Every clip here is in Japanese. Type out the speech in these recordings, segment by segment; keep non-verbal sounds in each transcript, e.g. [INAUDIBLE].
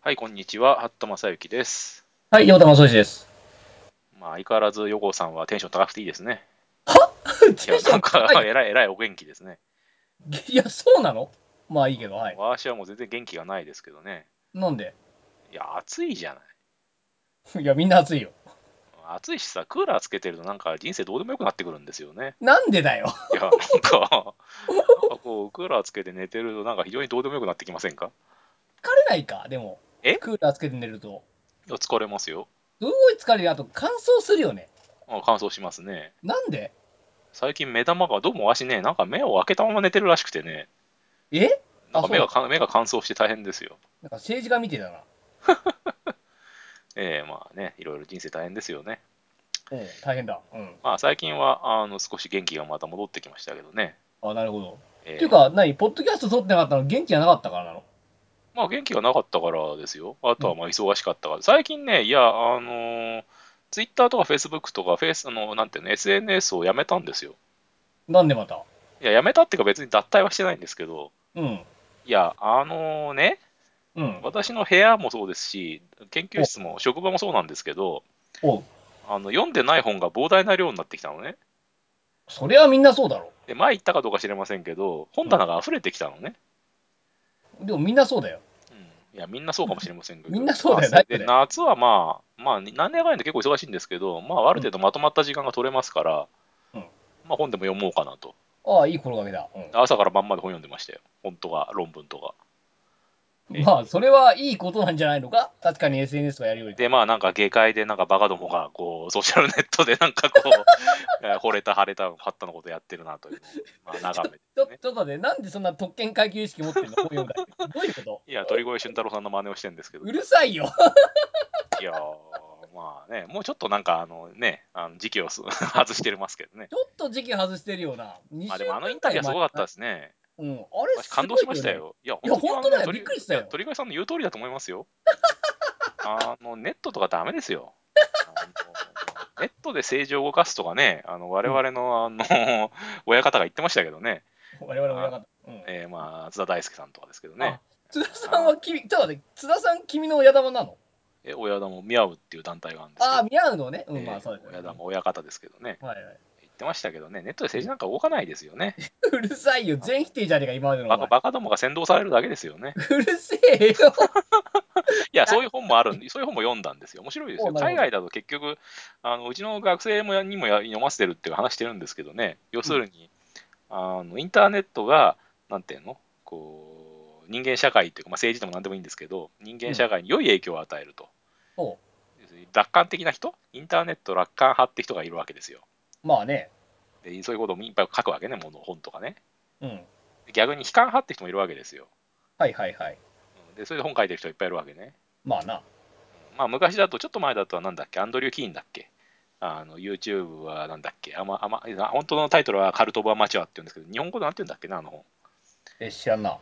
はい、こんにちは。ハット正幸です。はい、ヨータマソイジです。まあ、相変わらず、ヨゴさんはテンション高くていいですね。いテやン、ショなんンか、高い。えらい、えらいお元気ですね。 [LAUGHS] いや、そうなのまあいいけど、はい。私はもう全然元気がないですけどね。なんで [LAUGHS] いや、暑いじゃない。いや、みんな暑いよ。暑いしさ、クーラーつけてると、なんか人生どうでもよくなってくるんですよね。なんでだよ。 [LAUGHS] いや、なんか、なんかこう、クーラーつけて寝てると、なんか非常にどうでもよくなってきませんか疲れないか、でも。えクーラーつけて寝ると。いや、疲れますよ。すごい疲れる。あと、乾燥するよね。あ乾燥しますね。なんで最近目玉が、どうもわしね、なんか目を開けたまま寝てるらしくてね。えなんか目があか目が乾燥して大変ですよ。なんか政治家みてえだな。ええまあね、いろいろ人生大変ですよね。うん、大変だ。うん。まあ、最近はあの少し元気がまた戻ってきましたけどね。あ、なるほど。えーっていうか、何ポッドキャスト撮ってなかったの元気じゃなかったからなのまあ、元気がなかったからですよ。あとはまあ忙しかったから。最近ね、いや、あのツイッター Twitter とか Facebook とか、フェイスあのなんていうの、SNS をやめたんですよ。なんでまたいや、やめたっていうか、別に脱退はしてないんですけど、うん。いや、あのね、うん。私の部屋もそうですし、研究室も職場もそうなんですけど、おうあの読んでない本が膨大な量になってきたのね。それはみんなそうだろ。で、前言ったかどうか知れませんけど、本棚が溢れてきたのね。でもみんなそうだよ。うんいや、みんなそうかもしれませんけど。 [LAUGHS] みんなそうだよまあ大丈夫だでよ夏はまあ、まあ、何年かんで結構忙しいんですけど、まあ、ある程度まとまった時間が取れますから、うんまあ、本でも読もうかなと。ああ、いい心がけだ。うん。朝から晩まで本読んでましたよ。本とか論文とか。えまあ、それはいいことなんじゃないのか確かに SNS がやるより。で、まあ、なんか下界で、なんかバカどもが、こう、ソーシャルネットでなんかこう、 [LAUGHS] えー惚れた、腫れた、張ったのことやってるなというのを、まあ、眺めて [LAUGHS] ちょね。ちょっとね、なんでそんな特権階級意識持ってんの本読んだってどういうこといや、鳥越俊太郎さんの真似をしてるんですけど、 [LAUGHS] うるさいよ。いやー、まあね、もうちょっとなんか、あのね、あの時期をす [LAUGHS] 外してますけどねち。ょっと時期外してるよな。まあ、でもあのインタビューはすごかったですね。うん、あれ私感動しました。よ。いや、いにあやの本当だよ鳥びっくりしたよいや鳥越さんの言う通りだと思いますよ。 [LAUGHS] あの、ネットとかダメですよ。あのネットで政治を動かすとかね、あの我々のあの [LAUGHS] 親方が言ってましたけどね、すごいよね我々もやかった。うんえーまあ、津田大介さんとかですけどね、津田さんは君、ちょっと待って、津田さん君の親玉なのえ親玉ミヤウっていう団体があるんですああ、見合うのね。けど、うえん、ーまあそうだよね親玉親方ですけどね、はいはい。言ってましたけどね、ネットで政治なんか動かないですよね。うるさいよ。全否定じゃねえか、今までのバおカ前。バカどもが扇動されるだけですよね。うるせえよ。 [LAUGHS] いや、そういう本もあるん [LAUGHS] で、そういう本も読んだんですよ。面白いですよ。おなるほ海ど外だと結局、あのうちの学生もやにもや読ませてるっていう話してるんですけどね、要するに、あのインターネットが、なんていうの、こう、人間社会というか、まあ、政治でも何でもいいんですけど、人間社会に良い影響を与えると。おう要するに楽観的な人、インターネット楽観派って人がいるわけですよ。まあね。でそういうことをいっぱい書くわけね、もの本とかね。うん。で逆に悲観派って人もいるわけですよ。はいはいはい。うんで、それで本書いてる人いっぱいいるわけね。まあな。まあ、昔だと、ちょっと前だと、なんだっけ、アンドリュー・キーンだっけ、あの YouTube はなんだっけ、あまあまあ本当のタイトルはカルト・オブ・アマチュアって言うんですけど、日本語でなんて言うんだっけな、あの本。え、知らんな。ま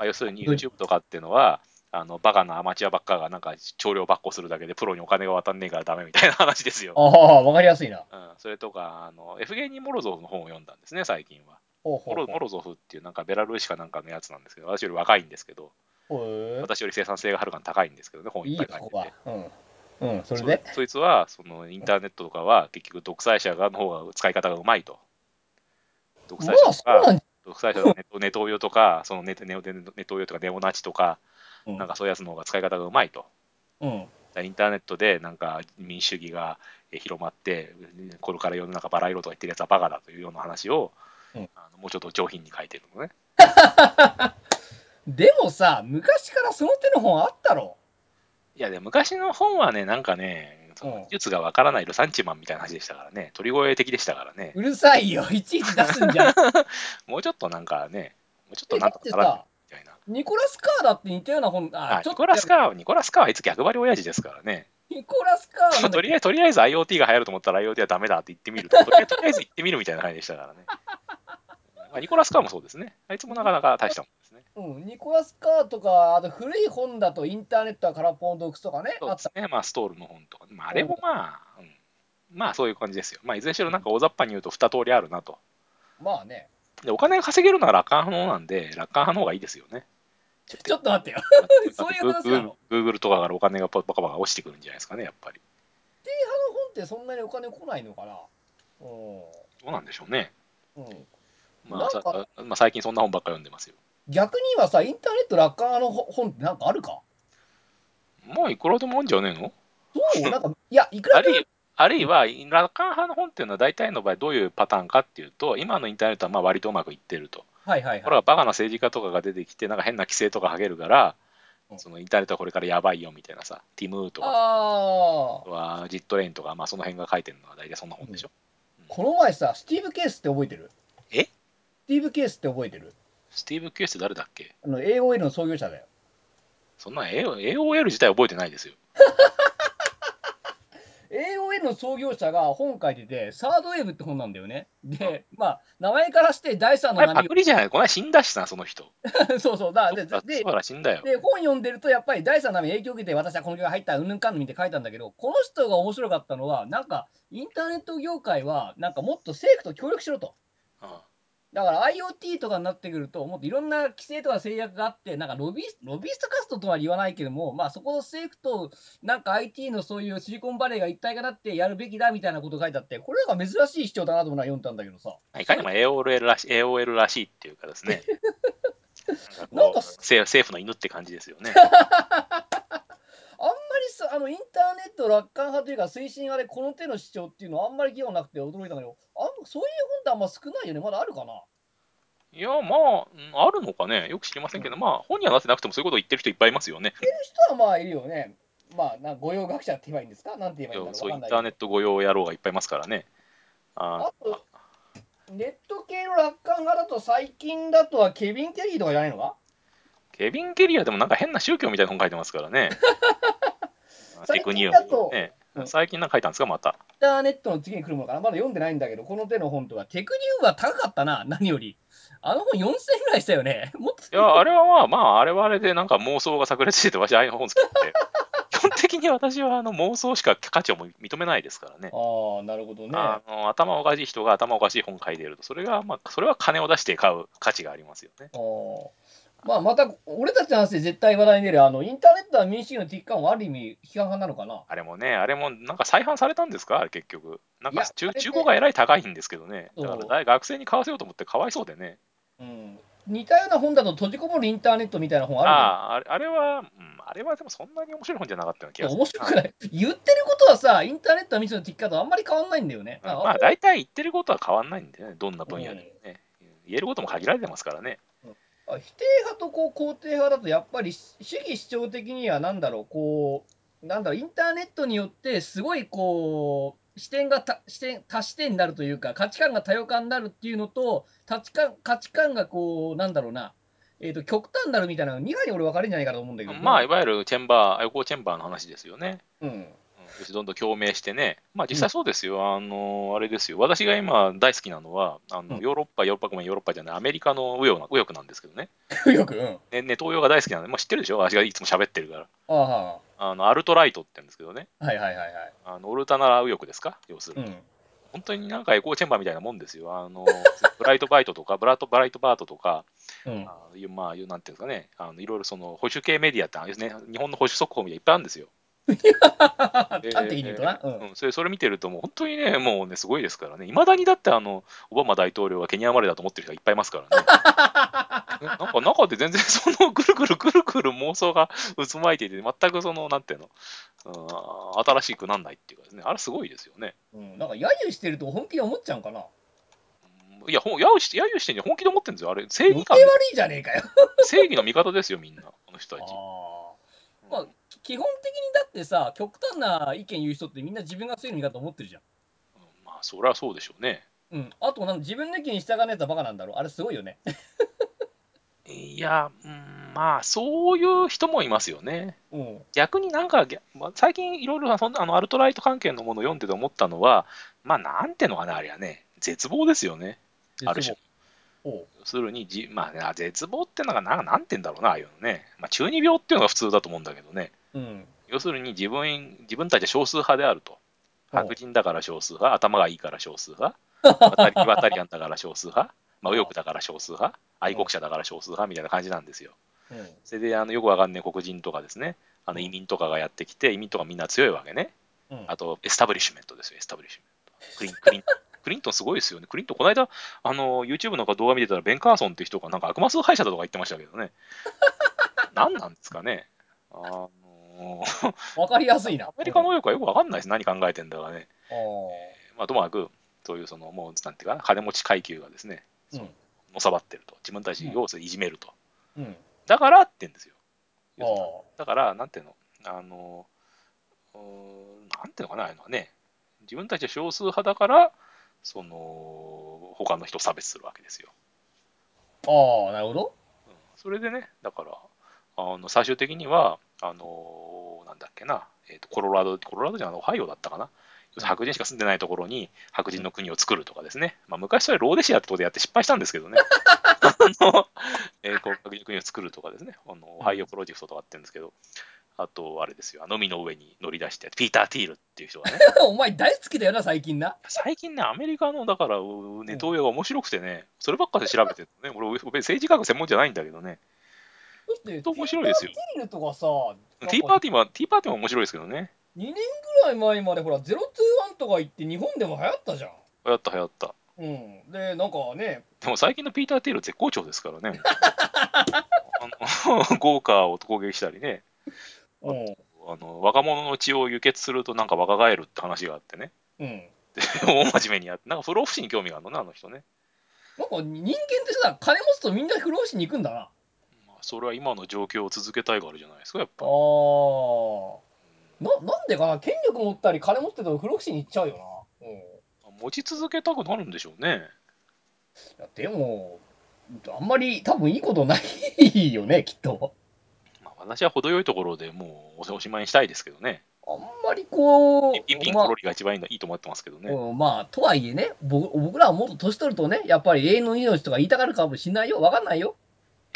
あ、要するにうん YouTube とかっていうのは、あのバカなアマチュアばっかがなんか少量ばっこするだけでプロにお金が渡んねえからダメみたいな話ですよあ。あ、わかりやすいな。うん、それとかあの、エフゲニー・モロゾフの本を読んだんですね、最近は。ほモうほうほロうモロゾフっていうなんかベラルーシかなんかのやつなんですけど、私より若いんですけど、ほう。私より生産性がはるかに高いんですけどね、本いいいっよぱい、書いこててこは。。うん。うん、それでそそいつはそのインターネットとかは結局独裁者がの方が使い方がうまいと。独ま裁者あ、とそうか、なんじ独裁者がネトネトウヨとか、そのネトネオネネトウヨとかネオナチとか、ゃん。なんかそういうやつの方が使い方がうまいと。うん。だからインターネットでなんか民主主義がえ広まって、これから世の中バラ色とか言ってるやつはバカだというような話を、うんあのもうちょっと上品に書いてるのね。でもさ、昔からその手の本あったろ。いや、でも昔の本はね、なんかね、そうんの技術がわからないルサンチマンみたいな話でしたからね、鳥越的でしたからね。うるさいよ、い [LAUGHS] ちいち出すん [LAUGHS] じゃん。もうちょっとなんかね、もうちょっとえなだんとってかならないさ、みたいな。ニコラス・カーだって似たような本、ああ、ちょニっコとラス・カーは、ニコラス・カーはいつ逆張り親父ですからね。ニコラス・カーなんとだけりあえず、とりあえず IoT が流行ると思ったら IoT はダメだって言ってみると、とりあえずとりあえず行ってみるみたいな感じでしたからね。まあ、ニコラス・カーもそうですね。あいつもなかなか大したもんですね。ど、うん、ニコラス・カーとか、あと古い本だとインターネットは空っぽの洞窟とかね、そうあでっすた。ね。まあ、ストールの本とか。まあ、あれもまあ、うんまあそういう感じですよ。まあ、いずれにしろなんか大雑把に言うと二通りあるなと。まあね、で、お金が稼げるのは楽観派の方なんで、楽観派の方がいいですよね。ちょちょっと [LAUGHS] 待ってよ。そういう話なのグーグルとかからお金がバカバカ落ちてくるんじゃないですかね、やっぱり。日本ってそんなにお金来ないのかなうどうなんでしょうね。ん。うん。まなあ、んさかまあ、最近そんな本ばっかり読んでますよ。逆にはさ、インターネット楽観派の本ってなんかあるかもういくらでもあるんじゃねえの [LAUGHS] そうなんか、いや、いくあらでるもいはあるいは、楽観派の本っていうのは大体の場合どういうパターンかっていうと、今のインターネットはまあ割とうまくいってると。はいはいこれははい。バカな政治家とかが出てきて、なんか変な規制とかはげるからう、んそのインターネットはこれからやばいよみたいなさ、ティムーとかああ。はジットレインとか、まあ、その辺が書いてるのは大体そんな本でしょ。この前さ、スティーブ・ケースって覚えてるえスティーブ・ケースって覚えてるスティーブ・ケースって誰だっけあの、AOL の創業者だよ。そんな AO AOL 自体覚えてないですよ。 AOL の創業者が本書いてて、サードウェーブって本なんだよね。で、まあ、名前からして第三おの前パ波クリじゃないこの間死んだしさ、その人。を。 [LAUGHS] そうそう。だで、だでそうだ死んだよ。で本読んでるとやっぱり第三の波に影響を受けて私はこの業界入ったうんぬんかんぬんって書いたんだけどこの人が面白かったのはなんかインターネット業界はなんかもっと政府と協力しろとうんだから IoT とかになってくるともっといろんな規制とか制約があってなんかロビースロビースト活動とは言わないけどもまあそこの政府となんか IT のそういうシリコンバレーが一体化になってやるべきだみたいなこと書いてあってこれなんか珍しい主張だなと思うのは読んだんだけどさいかにも AOL らし AOL らしいっていうかですね。なんかこう [LAUGHS] なんかせ政府の犬って感じですよね。 [LAUGHS] あんまりさあのインターネット楽観派というか推進派でこの手の主張っていうのはあんまり議論なくて驚いたんだけどあんそういう本ってあんま少ないよねまだあるかないや、まあ、うんあるのかね、よく知りませんけど、まあ、本にはなってなくてもそういうことを言ってる人いっぱいいますよね。人はまあいるよねまあなんか御用学者って言えばいいんですかなんて言えばいいんだろうそうインわかんないターネット御用野郎がいっぱいいますからね。ああとネット系の楽観派だと最近だとはケビン・ケリーとかじゃないのかケビン・ケリアでもなんか変な宗教みたいな本書いてますから [LAUGHS] ね。あテ最クニ近ウだとム、ねうん最近なんか書いたんですか、また。インターネットの次に来るものかなまだ読んでないんだけどこの手の本とかテクニウムは高かったな何よりあの本4000円ぐらいしたよね [LAUGHS] もっといや、あれはまあ、まあ、あれはあれでなんか妄想が炸裂してて、私、ああいう本好き [LAUGHS] で。基本的に私はあの妄想しか価値を認めないですからね。ああなるほどねあの頭おかしい人が頭おかしい本書いてると、それが、まあ、それは金を出して買う価値がありますよね。おまあまた俺たちの話で絶対話題に出るあのインターネットは民主主義の敵感はある意味批判派なのかなあれもね、あれもなんか再販されたんですか、あれ結局。なんいかや中あれね中古がえらい高いんですけどね。そうだから大学生に買わせようと思ってかわいそうでね。うん似たような本だと閉じこもるインターネットみたいな本ああああれあれは、うん、あれはでもそんなに面白い本じゃなかったような気るがじゃんする。面白くない言ってることはさインターネットは民主主義の敵感とあんまり変わんないんだよね、うんあまあ大体言ってることは変わんないんでね、どんな分野でもね。言えることも限られてますからね。あ否定派とこう肯定派だとやっぱり主義主張的には何だろうこうなんだろうインターネットによってすごいこう視点がた視点多視点になるというか価値観が多様化になるっていうのと価値観価値観がこうなんだろうな、えー、と極端になるみたいなの2派に俺分かれるんじゃないかと思うんだけどまあ、いわゆるチェンバー、愛好チェンバーの話ですよね。うん、うん要するにどんどん共鳴してね、まあ、実際そうですよ、あのあれですよ、私が今大好きなのは、あうのんヨーロッパ、ヨーロッパごめん、ヨーロッパじゃない、アメリカの右翼な右翼なんですけどね、よくうん [LAUGHS] ねネトウヨが大好きなので、まあ、知ってるでしょ、私がいつも喋ってるから、ああはあのアルトライトって言うんですけどね、あはいはいはいはいあのオルタナラ右翼ですか、要するうに、ん本当になんかエコーチェンバーみたいなもんですよ、あの [LAUGHS] ブライトバイトとか、ブラッドブライトバートとか、うんあのいうまあ、いうなんていうんですかね、あのいろいろその保守系メディアってあるんですね、日本の保守速報みたいないっぱいあるんですよ。 [LAUGHS] えー端的に言うとな、うんうん、それそれ見てると、もう本当にね、もうね、すごいですからね、いまだにだってあの、オバマ大統領はケニア生まれだと思ってる人がいっぱいいますからね、 [LAUGHS] えなんか中で全然そのぐるぐるぐるぐる妄想が渦巻いていて、全くその、なんていうの、うん新しくなんないっていうかですね、あれすごいですよね。うん、なんか揶揄してると本気で思っちゃうかなうんいや、ほん揶揄して揶揄してんじゃん本気で思ってるんですよ、あれ、正余義計感悪、いじゃねえかよ正義の味方ですよ、みんな、この人たち。あーうまあん、基本的にだってさ極端な意見言う人ってみんな自分が強いのかと思ってるじゃん。まあ、そりゃそうでしょうね。うん、あとなんか自分の意見に従わないやつはバカなんだろうあれすごいよね。いや、うん、まあ、そういう人もいますよね。うん、逆になんか、ぎゃまあ最近いろいろそんなあのアルトライト関係のものを読んでて思ったのは、まあなんてのかな、あれはね、絶望ですよね。ある種絶望おう要するにじ、まあね、あ絶望ってのがなんなんて言うんだろうな、ああいうのね。まあ中二病っていうのが普通だと思うんだけどね。うん要するに自分自分たちは少数派であると。おう白人だから少数派、頭がいいから少数派、渡り渡りアンだから少数派、まあ右翼だから少数派、愛国者だから少数派みたいな感じなんですよ。うんそれであのよくわかんない黒人とかですね、あの移民とかがやってきて、移民とかみんな強いわけね。うんあと、エスタブリッシュメントですよ、エスタブリッシュメント。 [LAUGHS] クリンクリンクリントンすごいですよね。クリントン、この間、あの、YouTube なんか動画見てたら、ベン・カーソンって人が、なんか悪魔崇拝者だとか言ってましたけど [LAUGHS] ね。何なんですかね。あのーわかりやすいな。アメリカのよくはよくわかんないです。何考えてんだかね。うまあ、ともかく、そういう、その、もう、なんていうかな、金持ち階級がですね、んうんのさばってると。自分たちをいじめると。うんだからって言うんですよ。ああだから、なんていうの、あの、うーんなんていうのかな、ああいうのはね、自分たちは少数派だから、その、他の人を差別するわけですよ。ああ、なるほど。 [LAUGHS] うんそれでね、だから、あの最終的には、あの、なんだっけな、えーとコロラド、コロラドじゃない、オハイオだったかな。要するに白人しか住んでないところに白人の国を作るとかですね、まあ、昔それローデシアってところでやって失敗したんですけどね、あのえーこう白人の国を作るとかですね、あのオハイオプロジェクトとかって言うんですけど、あと、あれですよ、あの海の上に乗り出して、ピーター・ティールっていう人がね、お前大好きだよな、最近な。最近ね、アメリカのだから、うネトウヨが面白くてね、そればっかで調べてるのね、俺、別に政治学専門じゃないんだけどね、だって、当面白いですよティールとかさ、ティーパーテティーは、ティーパーティーも面白いですけどね。ィ2年ぐらい前までほら、021とか行って日本でも流行ったじゃん。流行った流行った。うん。で、なんかね、でも最近のピーター・ティール絶好調ですからね。あの [LAUGHS] 豪華を攻撃したりねうん。あの、若者の血を輸血するとなんか若返るって話があってね、うん。で大真面目にやって、なんか不老不死に興味があるのね、あの人ね。なんか人間ってさ、金持つとみんな不老不死に行くんだな。あまあ、それは今の状況を続けたいからじゃないですか、やっぱ。あ。な、なんでかな、権力持ったり金持ってたら不老不死に行っちゃうよな。うん。い持ち続けたくなるんでしょうね。やでも、あんまり多分いいことないよね、きっと。まあ、私は程よいところでもうおしまいにしたいですけどね。あんまりこう、ピンピンまあコロリが一番いいのいいと思ってますけどね。うん、まあ、とはいえね、ぼ僕らはもっと年取るとね、やっぱり永遠の命とか言いたがるかもしれないよ、わかんないよ。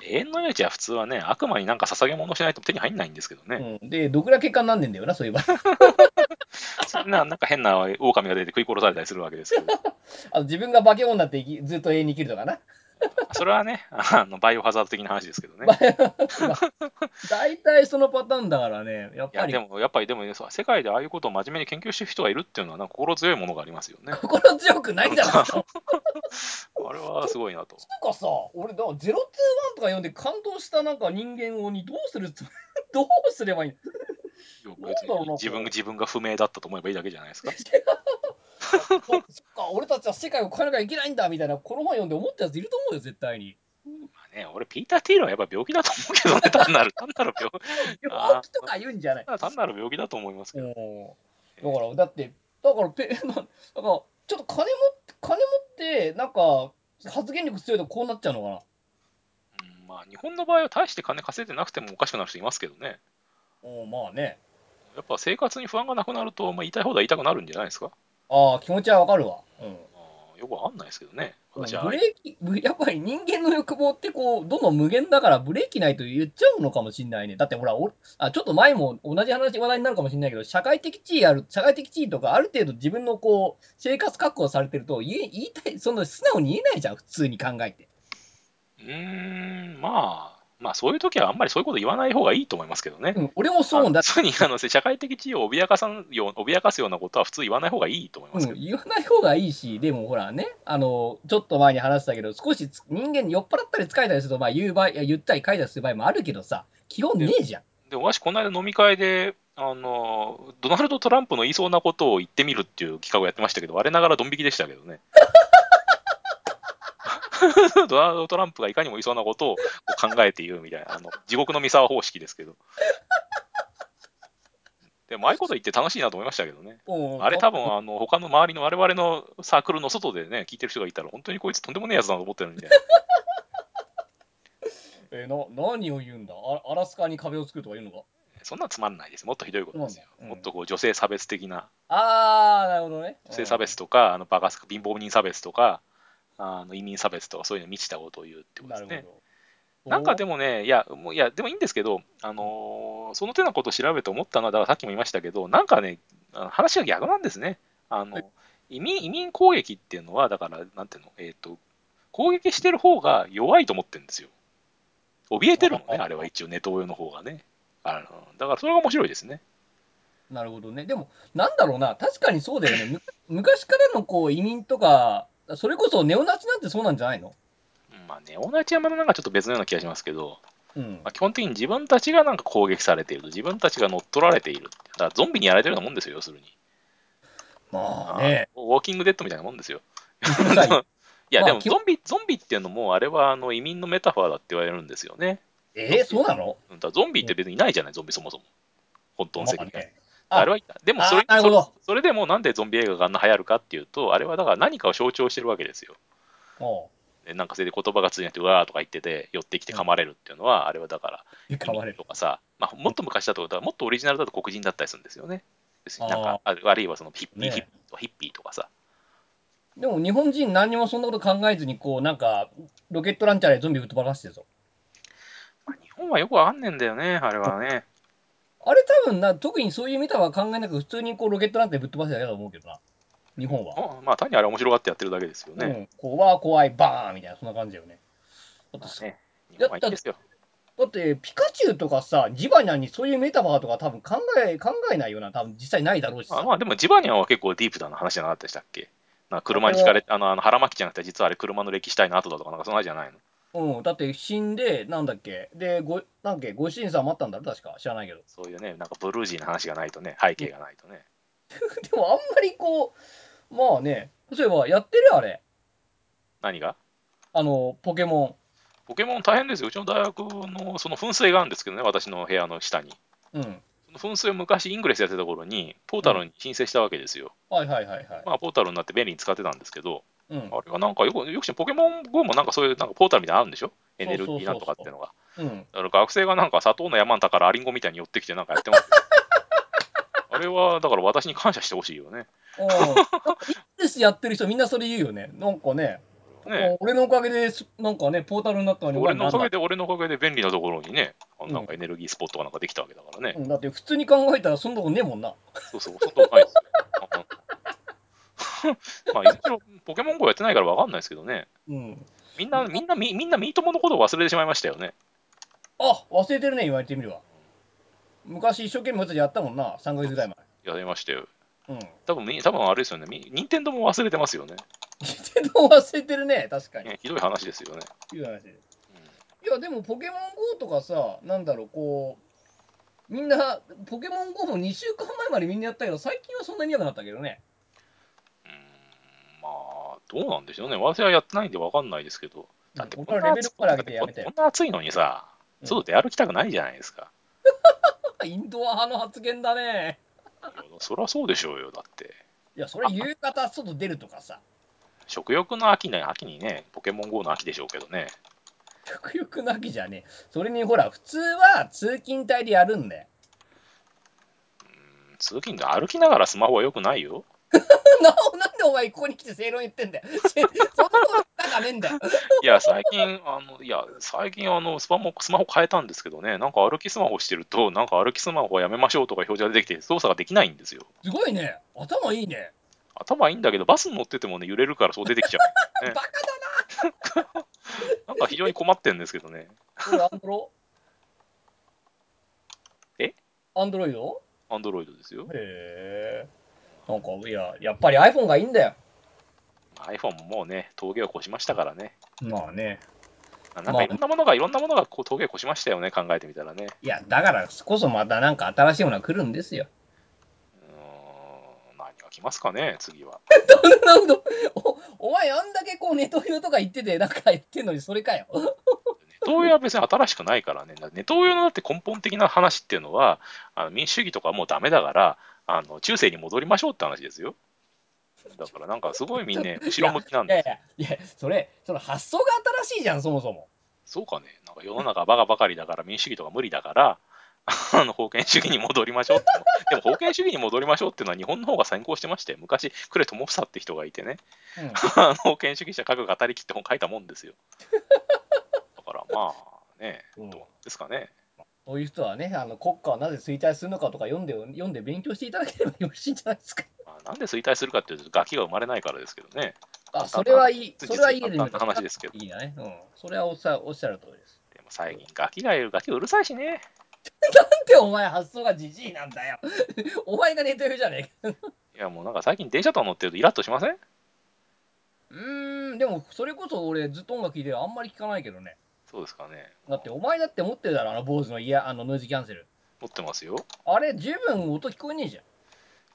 永遠の命は普通はね、悪魔になんか捧げ物しないと手に入んないんですけどね。うん、で、どくら結果になんねんだよな、そういえば。 [LAUGHS] そんな、なんか変な狼が出て食い殺されたりするわけですけど、あの自分が化け物になって生きずっと永遠に生きるとかな。それはね、あのバイオハザード的な話ですけどね。バ大体そのパターンだからね、やっいぱや、りでも、やっぱり、でも、そう世界でああいうことを真面目に研究してる人がいるっていうのは、なんか心強いものがありますよね。心強くないだろうと。あれはすごいなと。なんかさ、俺、だから021とか読んで感動したなんか人間をにどうするつ [LAUGHS] どうすればいいのよくなんだろうな自分自分が不明だったと思えばいいだけじゃないですか。そっか、俺たちは世界を変えなきゃいけないんだみたいな、この本読んで思ったやついると思うよ、絶対に。まあね、俺、ピーター・ティールはやっぱ病気だと思うけどね、単なる、単なる病病気とか言うんじゃない。単なる病気だと思いますけど。うん、だから、だって、だから、ペ [LAUGHS] なんか、ちょっと金も、金持って、なんか、発言力強いとこうなっちゃうのかな。うんまあ、日本の場合は大して金稼いでなくてもおかしくなる人いますけどね。うん、まあね。やっぱ生活に不安がなくなると、まあ、言いたい放題言いたくなるんじゃないですか。ああ、気持ちはわかるわ。うん。あーよくわかんないですけどね。私はブレーキ、ブ [LAUGHS] やっぱり人間の欲望ってこう、どんどん無限だからブレーキないと言っちゃうのかもしれないね。だってほら、おあちょっと前も同じ話、話題になるかもしれないけど、社会的地位ある、社会的地位とかある程度自分のこう、生活確保されてると言え、言いたい、その素直に言えないじゃん、普通に考えて。うーん、まあ、まあそういう時はあんまりそういうこと言わない方がいいと思いますけどねう。ん、俺もそうあなんだの。普通にあの社会的地位を脅かさんよう脅かすようなことは普通言わない方がいいと思いますうけど。ん、言わない方がいいし、でもほらね、あの、ちょっと前に話したけど、少しつ人間に酔っ払ったり疲れたりすると、まあ言う場合、いや言ったり書いたりする場合もあるけどさ、基本ねえじゃん。でも、わし、この間飲み会で、あの、ドナルド・トランプの言いそうなことを言ってみるっていう企画をやってましたけど、我ながらドン引きでしたけどね。 [LAUGHS] ドナルド・トランプがいかにも言いそうなことを考えて言うみたいな、あの地獄の三沢方式ですけど。でも、ああいうこと言って楽しいなと思いましたけどね。うんあれ多分あの他の周りの我々のサークルの外でね聞いてる人がいたら本当にこいつとんでもねえやつだと思ってるんじ [LAUGHS] ゃないえーな、何を言うんだあアラスカに壁を作るとか言うのか。そんなつまんないですもっとひどいことですよ、うんもっとこう女性差別的なあー、なるほどね。女性差別とか、あのバカす貧乏人差別とかあの移民差別とかそういうのに満ちたことを言うってうこんとなでるすほねど。なんかでもねいやもういやでもいいんですけど、あのーその手のことを調べて思ったのはだからさっきも言いましたけどなんかねあの話が逆なんですねあの、はい移民移民攻撃っていうのはだからなんていうのえっ、と攻撃してる方が弱いと思ってるんですよ怯えてるのね、ああれは一応ネトウヨの方がね。あのだからそれが面白いですね。なるほどね。でも、なんだろうな、確かにそうだよね。む [LAUGHS] 昔からのこう移民とか、それこそネオナチなんてそうなんじゃないのまあね、同じ山のなんかちょっと別のような気がしますけど、うんまあ、。基本的に自分たちがなんか攻撃されていると、自分たちが乗っ取られている。だからゾンビにやられてるようなもんですよ、要するに。まああね、ウォーキングデッドみたいなもんですよ。うるさい。いや、まあでも基ゾンビ、ゾンビっていうのも、あれはあの移民のメタファーだって言われるんですよね。えー、そうなのうんだからゾンビって別にいないじゃない、ゾンビそもそも。本当の世界に。まあねああれはいた。でもそれあなるそほれど。それでもなんでゾンビ映画があんな流行るかっていうと、あれはだから何かを象徴してるわけですよ。もでなんかそれで言葉が通じなくて、うわーとか言ってて、寄ってきて噛まれるっていうのは、あれはだから、う、変われると。かさ、まあ、もっと昔だと、だからもっとオリジナルだと黒人だったりするんですよね。要するになんかあるあるいはそのヒッピー、ねヒッピーとかヒッピーとかさ。でも日本人何にもそんなこと考えずに、こう、なんか、ロケットランチャーでゾンビぶっ飛ばしてるぞ。まあ日本はよくわかんねえんだよね、あれは [LAUGHS] ね。あれ多分な、特にそういう見たは考えなく、普通にこうロケットなんてぶっ飛ばせただけだと思うけどな。日本は。おまあ単にあれ面白がってやってるだけですようね。ん。こう、わあ怖い、バーンみたいな、そんな感じだよね。だってまあさね日本はいいですよ。だってピカチュウとかさ、ジバニャンにそういうメタバーとか多分考え、考えないよな、多分実際ないだろうしまあ、さ。まあでもジバニャンは結構ディープだな話じゃなかったでしたっけなんか車にひかれて、あのあの腹巻きじゃなくて、実はあれ車の歴史体の後だとか、なんかそんなじゃないのうん、だって死んで、なんだっけ、で、ご、なんだっけ、ご主人さん待ったんだろ、確か。知らないけど。 [LAUGHS] そういうね、なんかブルージーな話がないとね、背景がないとね。でもあんまりこう、まあね、そういえばやってるあれ。何があの、ポケモポケモン大変ですよ。うちの大学のその噴水があるんですけどね、私の部屋の下に。ン。うん。その噴水を昔イングレスやってた頃に、ポータルに申請したわけですよ。はいはいはいはい。まあポータルになって便利に使ってたんですけど、うん。あれはなんかよく、よくしてポケモン GO もなんかそういうなんかポータルみたいなのあるんでしょエネルギーなんとかっていうのが。うん。だから学生がなんか砂糖の山の宝アリンゴみたいに寄ってきてなんかやってますよ。あれはだから私に感謝してほしいよね。うん。インスやってる人みんなそれ言う [LAUGHS] よね。なんかね、ね俺のおかげです、なんかね、ポータルになったのに俺のおかげで。で、俺のおかげで便利なところにね、あのうんなんかエネルギースポットがなんかできたわけだからね。うん、だって普通に考えたらそんなことねえもんな。そうそう、そんなことないですよ。 [LAUGHS] まあ、いずれにしろポケモン GO やってないからわかんないですけどね。うん。みんな、みんな、みみんなミートモのことを忘れてしまいましたよね。あ忘れてるね言われてみれば昔一生懸命私やったもんな3ヶ月ぐらいやりましたよ。前うん多分み多分あれですよね。み任天堂も忘れてますよね。けど忘れてるね確かにねひどい話ですよね。いう話でいやでもポケモン GO とかさなんだろうこうみんなポケモン GO も2週間前までみんなやったけど最近はそんなに見なくなったけどねうん、うんまあ、どうなんでしょうね。私はやってないんでわかんないですけど。だってこん俺なはレベ暑ルいかだらっ上げてやめててこんな暑いのにさ、うん外で歩きたくないじゃないですか。インドア派の発言だねいやそりゃそうでしょうよ。だって、いやそれ夕方外出るとかさ食欲の秋ね、秋にね、ポケモン GO の秋でしょうけどね。極力なきじゃねえそれにほら普通は通勤帯でやるんだよ [LAUGHS] うん通勤で歩きながらスマホは良くない [LAUGHS] よ。ななんでお前ここに来て正論言ってんだよ [LAUGHS] そんなことなんかねえんだよいや、最近、あの、いや、最近、あの、スマホ、スマホ変えたんですけどね、なんか歩きスマホしてると、なんか歩きスマホはやめましょうとか表示が出てきて、操作ができないんですよ。すごいね。頭いいね。頭いいんだけど、バスに乗っててもね、揺れるからそう出てきちゃ [LAUGHS] う。ねバ、 [LAUGHS] なんか非常に困ってんですけどね、これアンドロえアンドロイドアンドロイドですよ。へえ。なんか、いや、やっぱり iPhone がいいんだよ。 iPhone ももうね、峠を越しましたからね。まあね。あなんかまあいろんなものが、いろんなものがこう峠を越しましたよね、考えてみたらね。いや、だからこそまたなんか新しいものが来るんですよ。 [LAUGHS] うーん、何が来ますかね、次は。なんだおお前あんだけこうネトウヨとか言っててなんか言ってんのにそれかよ。ネトウヨは別に新しくないからね、だネトウヨのだって根本的な話っていうのは、あの民主主義とかもうダメだからあの、中世に戻りましょうって話ですよ。だからなんかすごいみんな後ろ向きなんいやでいやいや、それ、その発想が新しいじゃん、そもそも。そうかね、なんか世の中バカばかりだから民主主義とか無理だから、 [LAUGHS] あの封建主義に戻りましょうってでも封建主義に戻りましょうっていうのは日本の方が先行してまして、昔、呉智房って人がいてね、うんあの封建主義者各語りきって本書いたもんですよ。だからまあね、 [LAUGHS] うんどうですかね。そういう人はね、あの国家はなぜ衰退するのかとか読んで読んで勉強していただければよろしいんじゃないですか。まあ、なんで衰退するかっていうと、ガキが生まれないからですけどね。あ、それはいい。実それはいい簡で単な話ですけど。いいね。うん。それはおっしゃおっしゃる通りです。で最近ガキがいる、ガキうるさいしね。なんでお前発想がじじいなんだよ。 [LAUGHS] お前がネトウヨじゃねえか。いやもうなんか最近電車とか乗ってるとイラッとしませんうーん、でもそれこそ俺ずっと音楽聴いてるあんまり聞かないけどね。そうですかね。だってお前だって持ってるだろ、あの坊主のイヤあのノイズキャンセル。持ってますよ。あれ、十分音聞こえねえじゃん。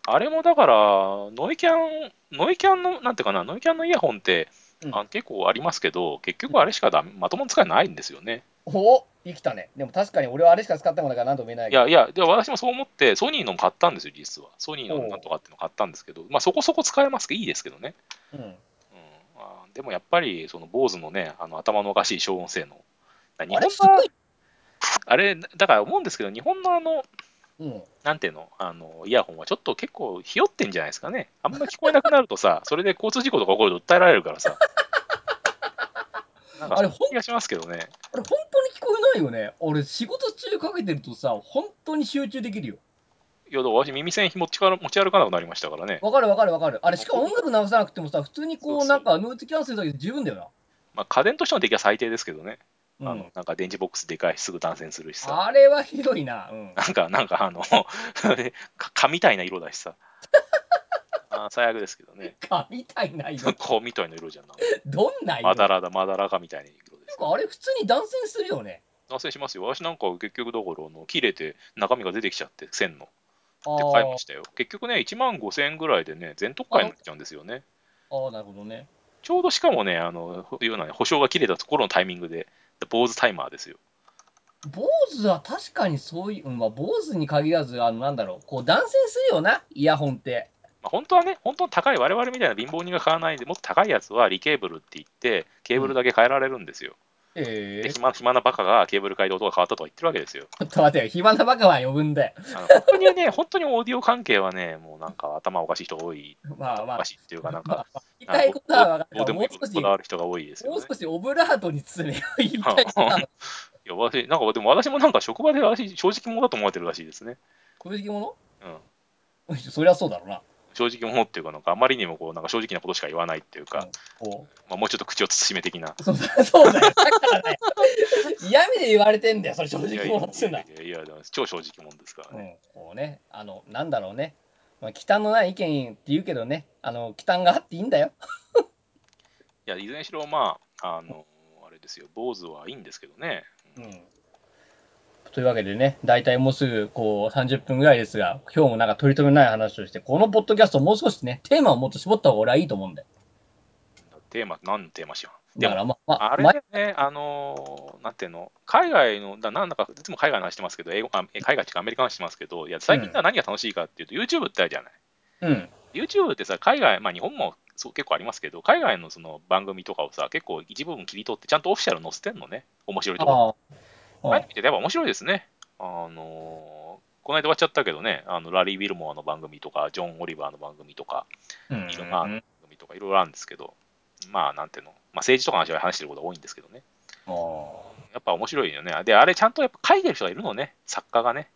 あれもだから、ノイキャン、ノイキャンの、なんていうかな、ノイキャンのイヤホンって、うんあの結構ありますけど、結局あれしかだめまともに使えないんですよね。おお生きたね。でも確かに俺はあれしか使ってもないから何とも言えないいけど。やいや、で私もそう思って、ソニーのも買ったんですよ、実は。ソニーおのうなんとかっていうの買ったんですけど、まあそこそこ使えますけど、いいですけどね。うん、うん、あーでもやっぱり、その坊主のね、あの頭のおかしい小音声の。だ日あれ本すのごい。あれ、だから思うんですけど、日本のあの、うん、なんていうの、あのイヤホンはちょっと結構ひよってんじゃないですかね。あんま聞こえなくなると [LAUGHS] さ、それで交通事故とか起こると訴えられるからさ。なんかあそれんなほん気がしますけどね。あれ本当に聞こえないよね。俺仕事中かけてるとさ、本当に集中できるよ。いや、だから私耳栓持ちから持ち歩かなくなりましたからね。わかるわかるわかる。あれしかも音楽流さなくてもさ、普通にこそううそうなんかノイズキャンセルだけで十分だよまあ、家電としての出来は最低ですけどね。な。あうのん、なんか電池ボックスでかいし、すぐ断線するしさ。あれはひどいな。うん、なんか、なんかあの、 [LAUGHS] か蚊みたいな色だしさ。あー最悪ですけど [LAUGHS] ね。かみたいな [LAUGHS] 色。蚊みたいな色じゃん。なんかどんな色まだらだ、まだらかみたいな色ですなん。かあれ普通に断線するよね。男性しますよ。私なんか結局だからあの、切れて中身が出てきちゃって、線の。あでー買いましたよ。結局ね、1万5000円ぐらいでね、全特価になっちゃうんですよね。あー、なるほどね。ちょうどしかもね、あの、いうようなね、保証が切れたところのタイミングで、坊主タイマーですよ。坊主は確かにそういう、うんまあ、坊主に限らず、あの、なんだろう、こう断線するよな、イヤホンって。まあ、本当はね、本当の高い、我々みたいな貧乏人が買わないで、もっと高いやつはリケーブルって言って、ケーブルだけ変えられるんですよ。えで暇、暇なバカがケーブル変えて音が変わったとか言ってるわけですよ。ちょっと待てよ、暇なバカは呼ぶんだよ。あの本当にね、本当にオーディオ関係はね、もうなんか頭おかしい人が多い、まあまおあか、しいっていうか、なんまあか、まあ言いたいことは分かどうでっもた。もいういこと少し、こだもわる人が多いですようね。少しオブラートに詰めよう、言いたいこと [LAUGHS] は。いや、私、なんか、でも私もなんか職場で私、正直者だと思われてるらしいですね。小正直者うん。うんそりゃそうだろうな。正直者っていうか、なんか、あまりにもこう、なんか正直なことしか言わないっていうか、こまあ、もうちょっと口を慎め的な。うそうだそうだよ。だからね、 [LAUGHS] 嫌味で言われてんだよ、それ正いや直いや者っつうんだ。いやいや、でも超正直者ですからうね。ん、こうね、あの、なんだろうね。まあ、忌憚のない意見って言うけどね、あの、忌憚があっていいんだよ。いや、いずれにしろ、まあ、あの、あれですよ、坊主はいいんですけどね。うん。というわけでね、大体もうすぐこう30分ぐらいですが、今日もなんか取り留めない話をして、このポッドキャストもう少しね、テーマをもっと絞った方が俺はいいと思うんだよ。テーマ、何のテーマしよう。でだかも、らまあ、まあれだよね、あのーなんていうの、海外の、だなんだか、いつも海外の話してますけど、英語あえ海外っていうかアメリカの話してますけど、いや、最近では何が楽しいかっていうと、YouTube ってあるじゃない。うん。 YouTube ってさ、海外、まあ日本もそう結構ありますけど、海外のその番組とかをさ、結構一部分切り取って、ちゃんとオフィシャル載せてんのね、面白いところ。ああ。ああいうの見ててやっぱ面白いですね。あのーこの間終わっちゃったけどね、あのラリー・ウィルモアの番組とか、ジョン・オリバーの番組とか、うんイーロン・マークの番組とか、いろいろあるんですけど、まあなんていうの、まあ、政治とかの話は話してることが多いんですけどね。やっぱ面白いよね。で、あれちゃんとやっぱ書いてる人がいるのね、作家がね。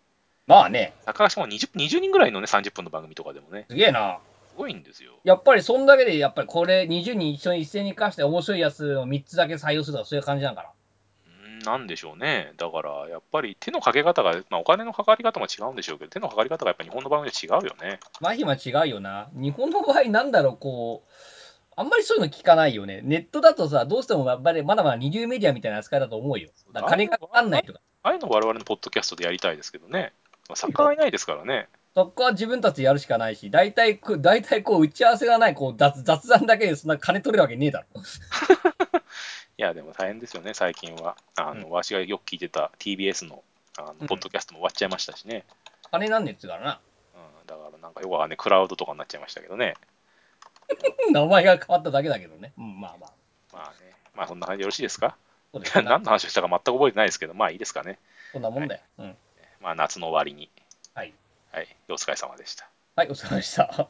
まあね、作家がしかも 20, 20人ぐらいのね、30分の番組とかでもね、すげえな。すごいんですよ。やっぱりそんだけで、やっぱりこれ20人一緒に一斉に貸して面白いやつを3つだけ採用するとかそういう感じなんかうんなんでしょうね。だから、やっぱり手のかけ方が、まあ、お金のかかり方も違うんでしょうけど、手のかかり方がやっぱ日本の番組と違うよね。な。麻痺は違うよな。日本の場合なんだろう、こう、あんまりそういうの聞かないよね。ネットだとさ、どうしてもやっぱりまだまだ二流メディアみたいな扱いだと思うよ。だから金がかかんないとか。ああいうのを我々のポッドキャストでやりたいですけどね。まあ、作家がいないですからね。そこは自分たちでやるしかないし、大体こう、大体こう、打ち合わせがない、こう雑、雑談だけでそんな金取れるわけねえだろ。いや、でも大変ですよね、最近は。あの、うわしがよく聞いてた TBS のあうんのポッドキャストも終わっちゃいましたしね。金なんねえっつうからな。うん、だからなんかよくはね、クラウドとかになっちゃいましたけどね。名前が変わっただけだけどね。うん、まあまあ。まあね、まあそんな感じでよろしいですかそうです [LAUGHS] 何な。の話をしたか全く覚えてないですけど、まあいいですかね。そんなもんだよ。うん。まあ夏の終わりに。はい。はい、お疲れ様でした。はい、お疲れ様でした。